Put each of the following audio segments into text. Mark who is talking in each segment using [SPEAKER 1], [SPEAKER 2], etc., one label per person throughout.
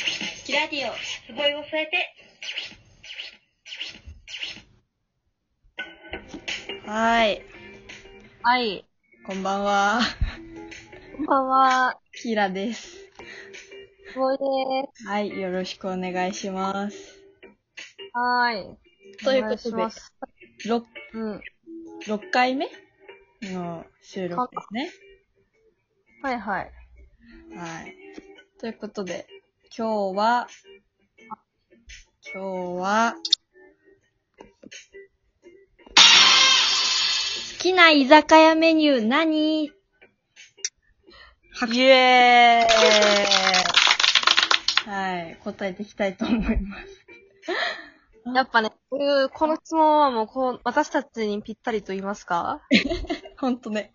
[SPEAKER 1] ラディオ、すごいを添えて。
[SPEAKER 2] はい。
[SPEAKER 3] はい。
[SPEAKER 2] こんばんは。
[SPEAKER 3] こんばんは。
[SPEAKER 2] キラです。
[SPEAKER 3] すごいで
[SPEAKER 2] はい。よろしくお願いします。
[SPEAKER 3] す。はーい。
[SPEAKER 2] ということ
[SPEAKER 3] お
[SPEAKER 2] で
[SPEAKER 3] 願します
[SPEAKER 2] 6,
[SPEAKER 3] うん。
[SPEAKER 2] 6回目の収録ですね。
[SPEAKER 3] はいはい。
[SPEAKER 2] はい。ということで、今日は、今日は、好きな居酒屋メニュー何
[SPEAKER 3] イエー
[SPEAKER 2] はい。答えていきたいと思います。
[SPEAKER 3] イやっぱね、こういうこの質問はもうこう、私たちにぴったりと言いますか
[SPEAKER 2] ほんとね。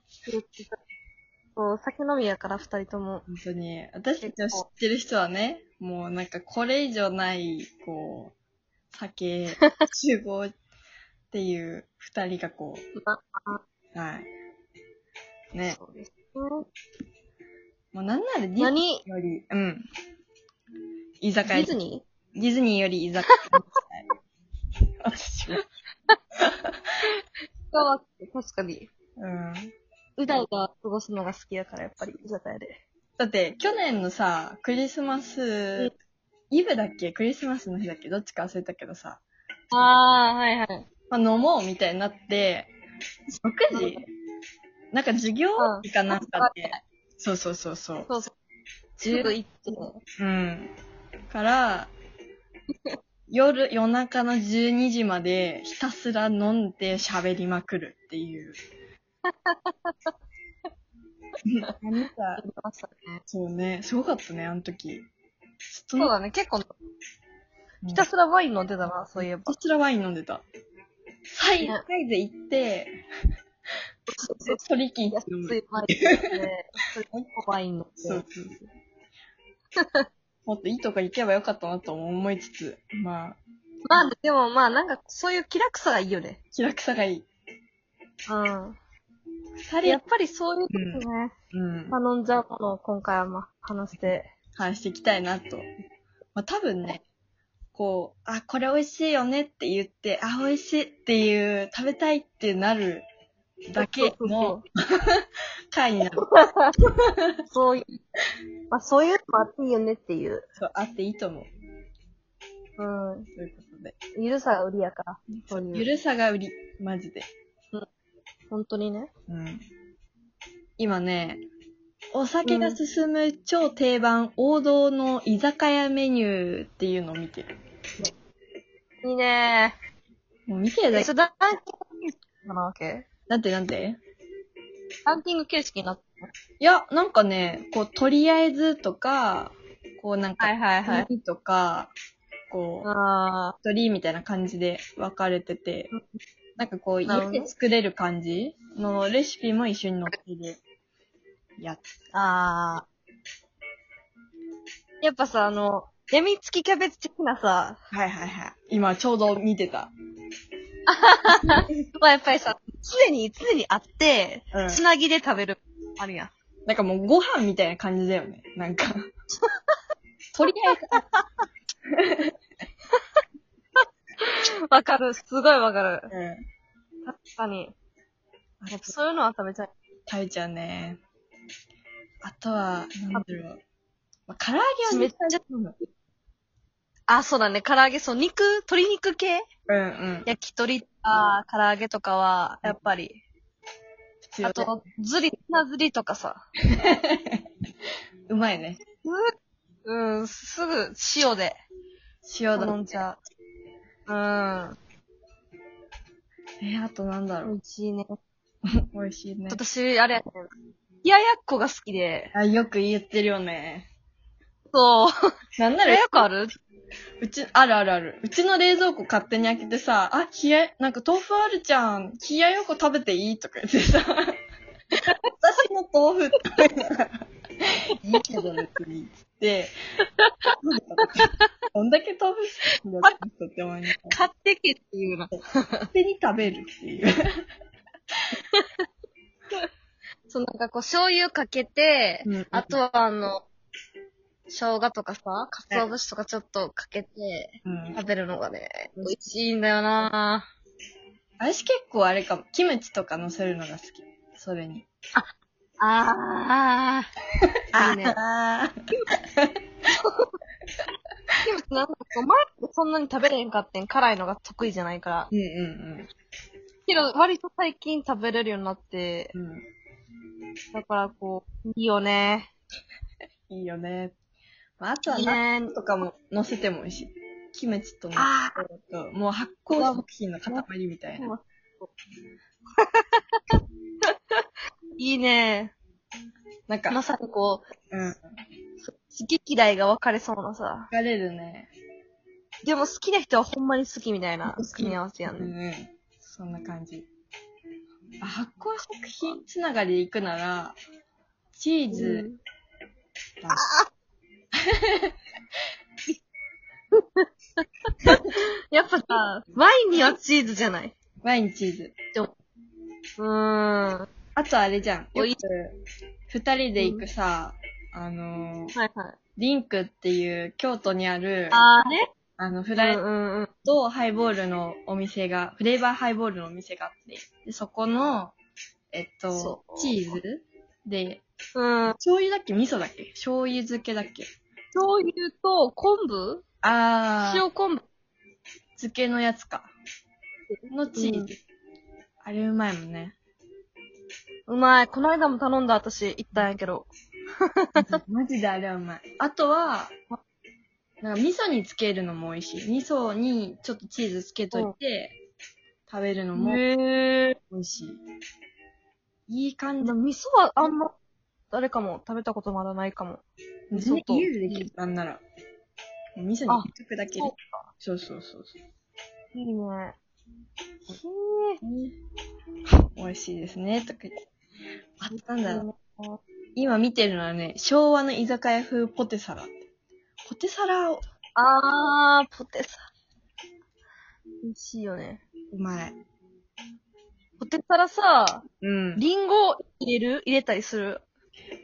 [SPEAKER 3] そう、酒飲みやから二人とも。
[SPEAKER 2] 本当に。私たちを知ってる人はね、もうなんかこれ以上ない、こう、 酒、集合っていう二人がこ
[SPEAKER 3] ま
[SPEAKER 2] う、はい。ね。
[SPEAKER 3] そうです
[SPEAKER 2] もうなんならディズニ
[SPEAKER 3] 何
[SPEAKER 2] ーより、うん。居
[SPEAKER 3] デ
[SPEAKER 2] 酒屋
[SPEAKER 3] ィズニ
[SPEAKER 2] ディズニーより居酒屋 に行きたい。私は。
[SPEAKER 3] ーが確かに。
[SPEAKER 2] うん。
[SPEAKER 3] うだうだ過ごすのが好きだから、やっぱり居酒屋で。
[SPEAKER 2] だって、去年のさ、クリスマス、イブだっけクリスマスの日だっけどっちか忘れたけどさ、
[SPEAKER 3] あー、はいはい。
[SPEAKER 2] まあ、飲もうみたいになって、6時なんか授業
[SPEAKER 3] うん
[SPEAKER 2] 時かなんかって。そうそうそうそう。
[SPEAKER 3] そうそう。
[SPEAKER 2] 十
[SPEAKER 3] すぐ行ってね。
[SPEAKER 2] うん。から、 夜、夜中の12時までひたすら飲んで喋りまくるって いう。何か、
[SPEAKER 3] 行ってましたね
[SPEAKER 2] そうね、すごかったね、あの時。そ
[SPEAKER 3] そう
[SPEAKER 2] の
[SPEAKER 3] だね、結構、ひ
[SPEAKER 2] ひ
[SPEAKER 3] た
[SPEAKER 2] たす
[SPEAKER 3] すらワイン飲んでたな、そういえば。
[SPEAKER 2] らワイン飲んでた。サイ、
[SPEAKER 3] ね
[SPEAKER 2] サイズ行って、トリキーって飲む
[SPEAKER 3] 安。いワインで、ワインの。
[SPEAKER 2] そうそうそう。 もっといいとこ行けばよかったなとも思いつつ、まあ、
[SPEAKER 3] まあ、でもまあ、なんか、そういう気楽さがいいよね。
[SPEAKER 2] 気楽さがいい。
[SPEAKER 3] うん。
[SPEAKER 2] 腐
[SPEAKER 3] や
[SPEAKER 2] り
[SPEAKER 3] っ、ぱりそういう時ね、
[SPEAKER 2] うん、
[SPEAKER 3] 頼んじゃうものを今回はまあ、話して。
[SPEAKER 2] 話していきたいなと。まあ多分ね、こう、あ、これ美味しいよねって言って、あ、美味しいっていう、食べたいってなるだけの回になる。
[SPEAKER 3] そういう、まあ、そういうのもあっていいよねっていう。
[SPEAKER 2] そう、あっていいと思う。
[SPEAKER 3] うん。
[SPEAKER 2] ということで。
[SPEAKER 3] ゆるさが売りやから。そういう
[SPEAKER 2] ゆるさが売り。マジで。
[SPEAKER 3] 本当にね。
[SPEAKER 2] うん。今ね、お酒が進む超定番、王道の居酒屋メニューっていうのを見てる。
[SPEAKER 3] いいね
[SPEAKER 2] もう見てるだ
[SPEAKER 3] ー。
[SPEAKER 2] け
[SPEAKER 3] そ。れランキング形式なわけ
[SPEAKER 2] なんてなんて
[SPEAKER 3] ランキング形式になってる
[SPEAKER 2] いや、なんかね、こう、とりあえずとか、こうなんか、
[SPEAKER 3] いはい
[SPEAKER 2] い。とか、こう、
[SPEAKER 3] あ
[SPEAKER 2] 一人みたいな感じで分かれてて
[SPEAKER 3] うん、
[SPEAKER 2] なんかこう、
[SPEAKER 3] なるほ
[SPEAKER 2] 家
[SPEAKER 3] ど
[SPEAKER 2] で作れる感じのレシピも一緒に載ってるやつ。
[SPEAKER 3] ー。あー。やっぱさ、あの、やみつきキャベツ的なさ、
[SPEAKER 2] はいはいはい。今ちょうど見てた。
[SPEAKER 3] まあやっぱりさ、常に、常にあって、
[SPEAKER 2] うん
[SPEAKER 3] つなぎで食べる。あるやん。
[SPEAKER 2] なんかもうご飯みたいな感じだよね。なん か。とりあえず、
[SPEAKER 3] わかる。すごいわかる。
[SPEAKER 2] うん、
[SPEAKER 3] 確かに。やっぱそういうのは食べちゃう。
[SPEAKER 2] 食べちゃうね。あとは、なんだろう。まあ、唐揚げは
[SPEAKER 3] めっちゃ
[SPEAKER 2] ゃ。うん
[SPEAKER 3] あ、そうだね。唐揚げ、そう、肉、鶏肉系
[SPEAKER 2] うん。
[SPEAKER 3] 焼き鳥、あー唐揚げとかは、やっぱり。
[SPEAKER 2] 必要
[SPEAKER 3] あ
[SPEAKER 2] だよ
[SPEAKER 3] と、ずり、なずりとかさ。
[SPEAKER 2] うまいね。
[SPEAKER 3] うん、すぐ、塩で、
[SPEAKER 2] 塩だ
[SPEAKER 3] 飲。んじゃう。うん。
[SPEAKER 2] えー、あとなんだろ
[SPEAKER 3] 美
[SPEAKER 2] う。
[SPEAKER 3] 味しいね。
[SPEAKER 2] 美味しいね。
[SPEAKER 3] 私、あれやね。冷ややっこが好きで。
[SPEAKER 2] あ、よく言ってるよね。
[SPEAKER 3] そう。
[SPEAKER 2] なんな
[SPEAKER 3] 冷や
[SPEAKER 2] ら
[SPEAKER 3] や、っこある
[SPEAKER 2] うち、あるあるある。うちの冷蔵庫勝手に開けてさ、あ、冷や、なんか豆腐あるじゃん。冷やよこ食べていいとか言ってさ。 私の豆腐食べたら、いいけど別に。って。どんだけ豆腐好きだった人って思いながら
[SPEAKER 3] 買ってけっていうな。
[SPEAKER 2] 勝手に食べるっていう。
[SPEAKER 3] そう、なんかこう、醤油かけて、
[SPEAKER 2] うん
[SPEAKER 3] あとはあの、生姜とかさ、鰹節とかちょっとかけて
[SPEAKER 2] うん。
[SPEAKER 3] 食べるのがね、美味しいんだよな
[SPEAKER 2] 私結構あれかも。キムチとか乗せるのが好き。それに。
[SPEAKER 3] ああ、いいね。
[SPEAKER 2] あー
[SPEAKER 3] でもなんかお前ってそんなに食べれへんかってん、辛いのが得意じゃないから。
[SPEAKER 2] うんうん
[SPEAKER 3] けど、割と最近食べれるようになって、
[SPEAKER 2] うん。
[SPEAKER 3] だからこう、いいよね。
[SPEAKER 2] うん。いいよね。まあ、あとはい
[SPEAKER 3] い
[SPEAKER 2] ナッ
[SPEAKER 3] ね。
[SPEAKER 2] ツとかも乗せても美味しい。キムチとナッ
[SPEAKER 3] ああ、
[SPEAKER 2] ツと、もう発酵食品の塊みたいな。
[SPEAKER 3] いいね。
[SPEAKER 2] なんか、
[SPEAKER 3] まさにこう、
[SPEAKER 2] うん。
[SPEAKER 3] 好き嫌いが分かれそうなさ。
[SPEAKER 2] 疲れるね。
[SPEAKER 3] でも好きな人はほんまに好きみたいな
[SPEAKER 2] 好き
[SPEAKER 3] 組み合わせや
[SPEAKER 2] うん
[SPEAKER 3] ね。
[SPEAKER 2] うん。そんな感じ。あ発酵食品つながりで行くなら、チーズだ、
[SPEAKER 3] やっぱさ、ワインにはチーズじゃない。
[SPEAKER 2] ワインチーズ。
[SPEAKER 3] うーん。は
[SPEAKER 2] あとあれじゃん。
[SPEAKER 3] お
[SPEAKER 2] よ
[SPEAKER 3] い
[SPEAKER 2] く、二人で行くさ、あの
[SPEAKER 3] い
[SPEAKER 2] ー、
[SPEAKER 3] はい。
[SPEAKER 2] リンクっていう京都にある、あ
[SPEAKER 3] あーね。
[SPEAKER 2] の、フ
[SPEAKER 3] う
[SPEAKER 2] ライ
[SPEAKER 3] んうんうん。
[SPEAKER 2] とハイボールのお店が、フレーバーハイボールのお店があって、でそこの、えっと
[SPEAKER 3] そ、う
[SPEAKER 2] チーズで、
[SPEAKER 3] うん。
[SPEAKER 2] 醤油だっけ味噌だっけ醤油漬けだっけ
[SPEAKER 3] 醤油と昆布
[SPEAKER 2] あー。
[SPEAKER 3] 塩昆布。
[SPEAKER 2] 漬けのやつか。のチーズ。
[SPEAKER 3] うん
[SPEAKER 2] あれうまいもんね。
[SPEAKER 3] うまい。こないだも頼んだ私、行ったんやけど。
[SPEAKER 2] マジであれはうまい。あとは、なんか味噌につけるのも美味しい。味噌にちょっとチーズつけといて、食べるのも
[SPEAKER 3] へえ。
[SPEAKER 2] 美味しい。いい感じ
[SPEAKER 3] で。も味噌はあんま、誰かも食べたことまだないかも。
[SPEAKER 2] 全然
[SPEAKER 3] 外
[SPEAKER 2] 家でできる。なんなら。味噌に
[SPEAKER 3] あ
[SPEAKER 2] つくだけで
[SPEAKER 3] そ
[SPEAKER 2] そう
[SPEAKER 3] う。
[SPEAKER 2] そうそうそ
[SPEAKER 3] いいね。へえ。
[SPEAKER 2] う、美味しいですね、とか言って。あったんだろう。今見てるのはね、昭和の居酒屋風ポテサラ。ポテサラを
[SPEAKER 3] あー、ポテサラ。美味しいよね。
[SPEAKER 2] うまい。
[SPEAKER 3] ポテサラさ、
[SPEAKER 2] うん。
[SPEAKER 3] リンゴ入れる入れたりする。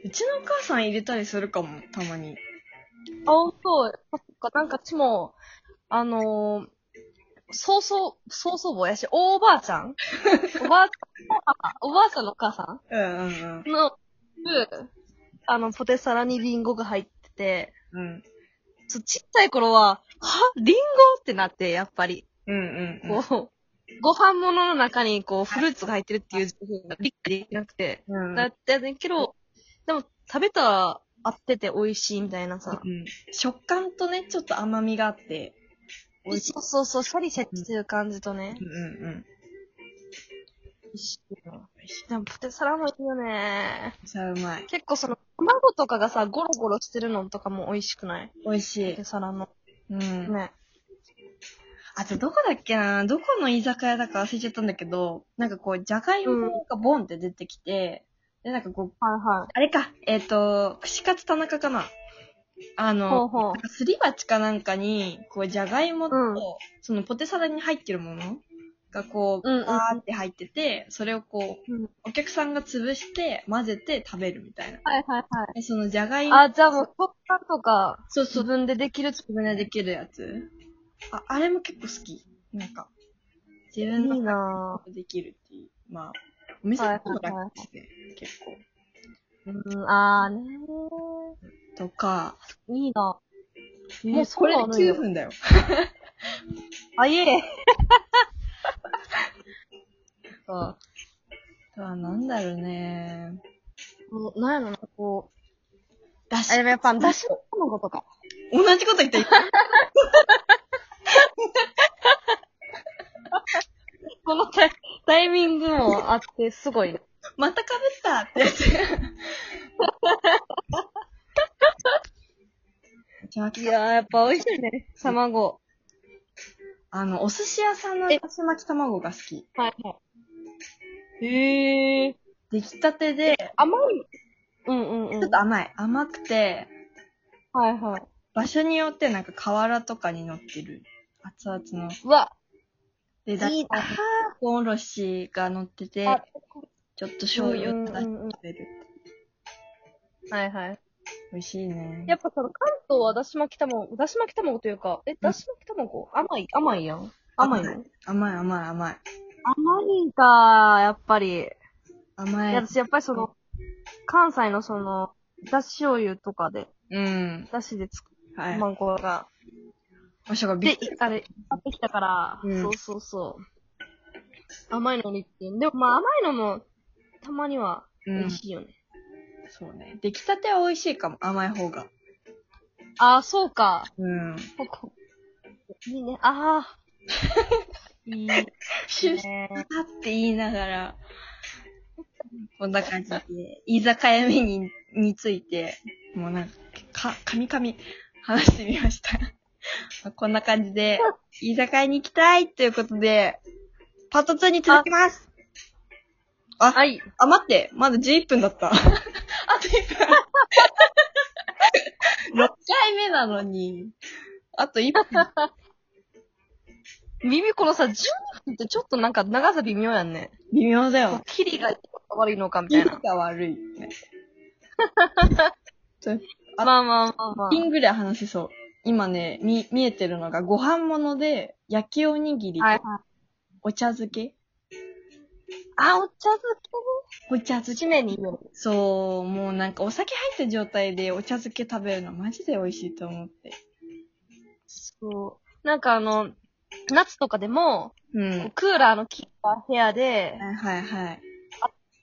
[SPEAKER 2] うちのお母さん入れたりするかも、たまに。
[SPEAKER 3] あ、ほんと。そっか、なんかちも、あのー、そうそう、そうそうぼやし、おばあちゃ んおばあちゃん、おばあちゃんのお母さ
[SPEAKER 2] うんうん
[SPEAKER 3] んの、あの、ポテサラにリンゴが入ってて、
[SPEAKER 2] うん。うん。
[SPEAKER 3] そうちっちゃい頃は、はリンゴってなって、やっぱり。
[SPEAKER 2] うんうん。
[SPEAKER 3] こう、ご飯物の中にこう、フルーツが入ってるっていう情報が理解できなくて、
[SPEAKER 2] うん
[SPEAKER 3] だってね、けど、でも食べたら合ってて美味しいみたいなさ
[SPEAKER 2] う。ん、食感とね、ちょっと甘みがあって、美味しい。
[SPEAKER 3] そうそうそう、シャリシャリしてる感じとね
[SPEAKER 2] う。んうんうん。
[SPEAKER 3] 美味しいな
[SPEAKER 2] 美味しい。
[SPEAKER 3] でもポテサラもいいよね。
[SPEAKER 2] さあうまい。
[SPEAKER 3] 結構その、卵とかがさ、ゴロゴロしてるのとかも美味しくない
[SPEAKER 2] 美味し
[SPEAKER 3] ポ
[SPEAKER 2] い
[SPEAKER 3] テ。サラの。
[SPEAKER 2] うん。
[SPEAKER 3] ね。
[SPEAKER 2] あとどこだっけなどこの居酒屋だか忘れちゃったんだけど、なんかこう、じゃがいもがボンって出てきて、で、なんかこう、
[SPEAKER 3] はいはい。
[SPEAKER 2] あれか、えっ、と、串カツ田中かなあの、
[SPEAKER 3] ほうほ
[SPEAKER 2] な
[SPEAKER 3] う
[SPEAKER 2] んかすり鉢かなんかに、こう、じゃがいもと、
[SPEAKER 3] うん
[SPEAKER 2] そのポテサラに入ってるものがこう、
[SPEAKER 3] うんうん
[SPEAKER 2] バーって入ってて、それをこう、
[SPEAKER 3] うん
[SPEAKER 2] お客さんが潰して、混ぜて食べるみたいな。
[SPEAKER 3] はいはいはい。
[SPEAKER 2] でそのじゃがいも、
[SPEAKER 3] あ、じゃあもう、食感とか、
[SPEAKER 2] そうそ
[SPEAKER 3] 自
[SPEAKER 2] う、
[SPEAKER 3] 分でできる。
[SPEAKER 2] 自分でできるやつ。あ、あれも結構好き。なんか、自
[SPEAKER 3] い
[SPEAKER 2] 分
[SPEAKER 3] い
[SPEAKER 2] の
[SPEAKER 3] な
[SPEAKER 2] できるっていう。まあ、お店の方が好きで、結構。
[SPEAKER 3] ぁ。うん、あーね
[SPEAKER 2] とか、
[SPEAKER 3] ー。いいなぁ。
[SPEAKER 2] もうこれで
[SPEAKER 3] そうなのよ
[SPEAKER 2] 9分だよ。
[SPEAKER 3] あ、い え。
[SPEAKER 2] あとはなんだろうね。
[SPEAKER 3] もう、なんやろな、こう。
[SPEAKER 2] だ
[SPEAKER 3] あ、でもやっぱ、だしの卵とか。
[SPEAKER 2] 同じこと言ってる。
[SPEAKER 3] このタイタイミングもあって、すごいね。
[SPEAKER 2] また被ったってやつ。じゃあ
[SPEAKER 3] いやー、やっぱ美味しいね。卵。
[SPEAKER 2] あの、お寿司屋さんのだし巻き卵が好き。
[SPEAKER 3] はいはい。へえ。ー。
[SPEAKER 2] 出来たてで、
[SPEAKER 3] 甘い。うんうんう
[SPEAKER 2] ち
[SPEAKER 3] ん。
[SPEAKER 2] ょっと甘い。甘くて、
[SPEAKER 3] はいはい。
[SPEAKER 2] 場所によってなんか瓦とかに乗ってる。熱々の。
[SPEAKER 3] うわ、
[SPEAKER 2] で、だ
[SPEAKER 3] いいな
[SPEAKER 2] コーンおろしが乗ってて、
[SPEAKER 3] あ
[SPEAKER 2] ちょっと醤油を垂らして食べる。
[SPEAKER 3] はいはい。
[SPEAKER 2] 美味しいね。
[SPEAKER 3] やっぱその関東はだし巻き卵、だし巻き卵というか、え、だし巻き卵甘い甘いやん。甘いの
[SPEAKER 2] 甘い甘い甘い。
[SPEAKER 3] 甘いんか、やっぱり。
[SPEAKER 2] 甘
[SPEAKER 3] いや
[SPEAKER 2] い。
[SPEAKER 3] 私やっぱりその、関西のその、だし醤油とかで、
[SPEAKER 2] うん。
[SPEAKER 3] だしで作
[SPEAKER 2] は
[SPEAKER 3] る
[SPEAKER 2] い。
[SPEAKER 3] マンゴーが。
[SPEAKER 2] おしょがび
[SPEAKER 3] で
[SPEAKER 2] っくり、
[SPEAKER 3] あれ、買ってきたから、
[SPEAKER 2] うん
[SPEAKER 3] そうそうそう。甘いのにっていう。でもまあ甘いのも、たまには
[SPEAKER 2] う
[SPEAKER 3] 美
[SPEAKER 2] ん
[SPEAKER 3] 味。しいよね。
[SPEAKER 2] そうね。出来たては美味しいかも。甘い方が。
[SPEAKER 3] ああ、そうか。
[SPEAKER 2] うん。
[SPEAKER 3] ほこいいね。ああ。 いい
[SPEAKER 2] シュッシ
[SPEAKER 3] ね。
[SPEAKER 2] ュって言いながら、こんな感じで、居酒屋メニューについて、もうなんか、か、かみかみ話してみました。まあこんな感じで、居酒屋に行きたいということで、パート2に続きます。
[SPEAKER 3] はい。
[SPEAKER 2] あ、待って、まだ11分だ った。あと1分。6回目なのに、あと1分。
[SPEAKER 3] 耳このさ、12分ってちょっとなんか長さ微妙やんね。
[SPEAKER 2] 微妙だよ
[SPEAKER 3] こ
[SPEAKER 2] ね
[SPEAKER 3] う。キリが悪いのかみた
[SPEAKER 2] ピ
[SPEAKER 3] いな
[SPEAKER 2] ン。が悪いね。あ
[SPEAKER 3] まあまあまあま
[SPEAKER 2] ピンぐらい話せそう。今ね、み、見えてるのがご飯物で、焼きおにぎり
[SPEAKER 3] あ。はい
[SPEAKER 2] と
[SPEAKER 3] はい。
[SPEAKER 2] お茶漬け、
[SPEAKER 3] あ、お茶漬
[SPEAKER 2] お茶
[SPEAKER 3] け
[SPEAKER 2] 漬け。
[SPEAKER 3] 締めにいいよね。
[SPEAKER 2] そう、もうなんかお酒入った状態でお茶漬け食べるのマジで美味しいと思って。
[SPEAKER 3] そう。なんかあの、夏とかでも、
[SPEAKER 2] うん。
[SPEAKER 3] こうクーラーの効いた部屋で、
[SPEAKER 2] はいはいはい。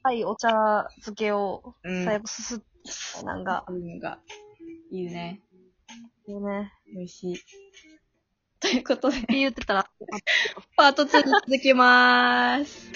[SPEAKER 3] はい、お茶漬けを
[SPEAKER 2] うん。
[SPEAKER 3] 最後すすって、なんか、
[SPEAKER 2] うんが、いいね。
[SPEAKER 3] よね。
[SPEAKER 2] 美味しい。ということで
[SPEAKER 3] っ、て言ってたら、
[SPEAKER 2] パート2に続きまーす。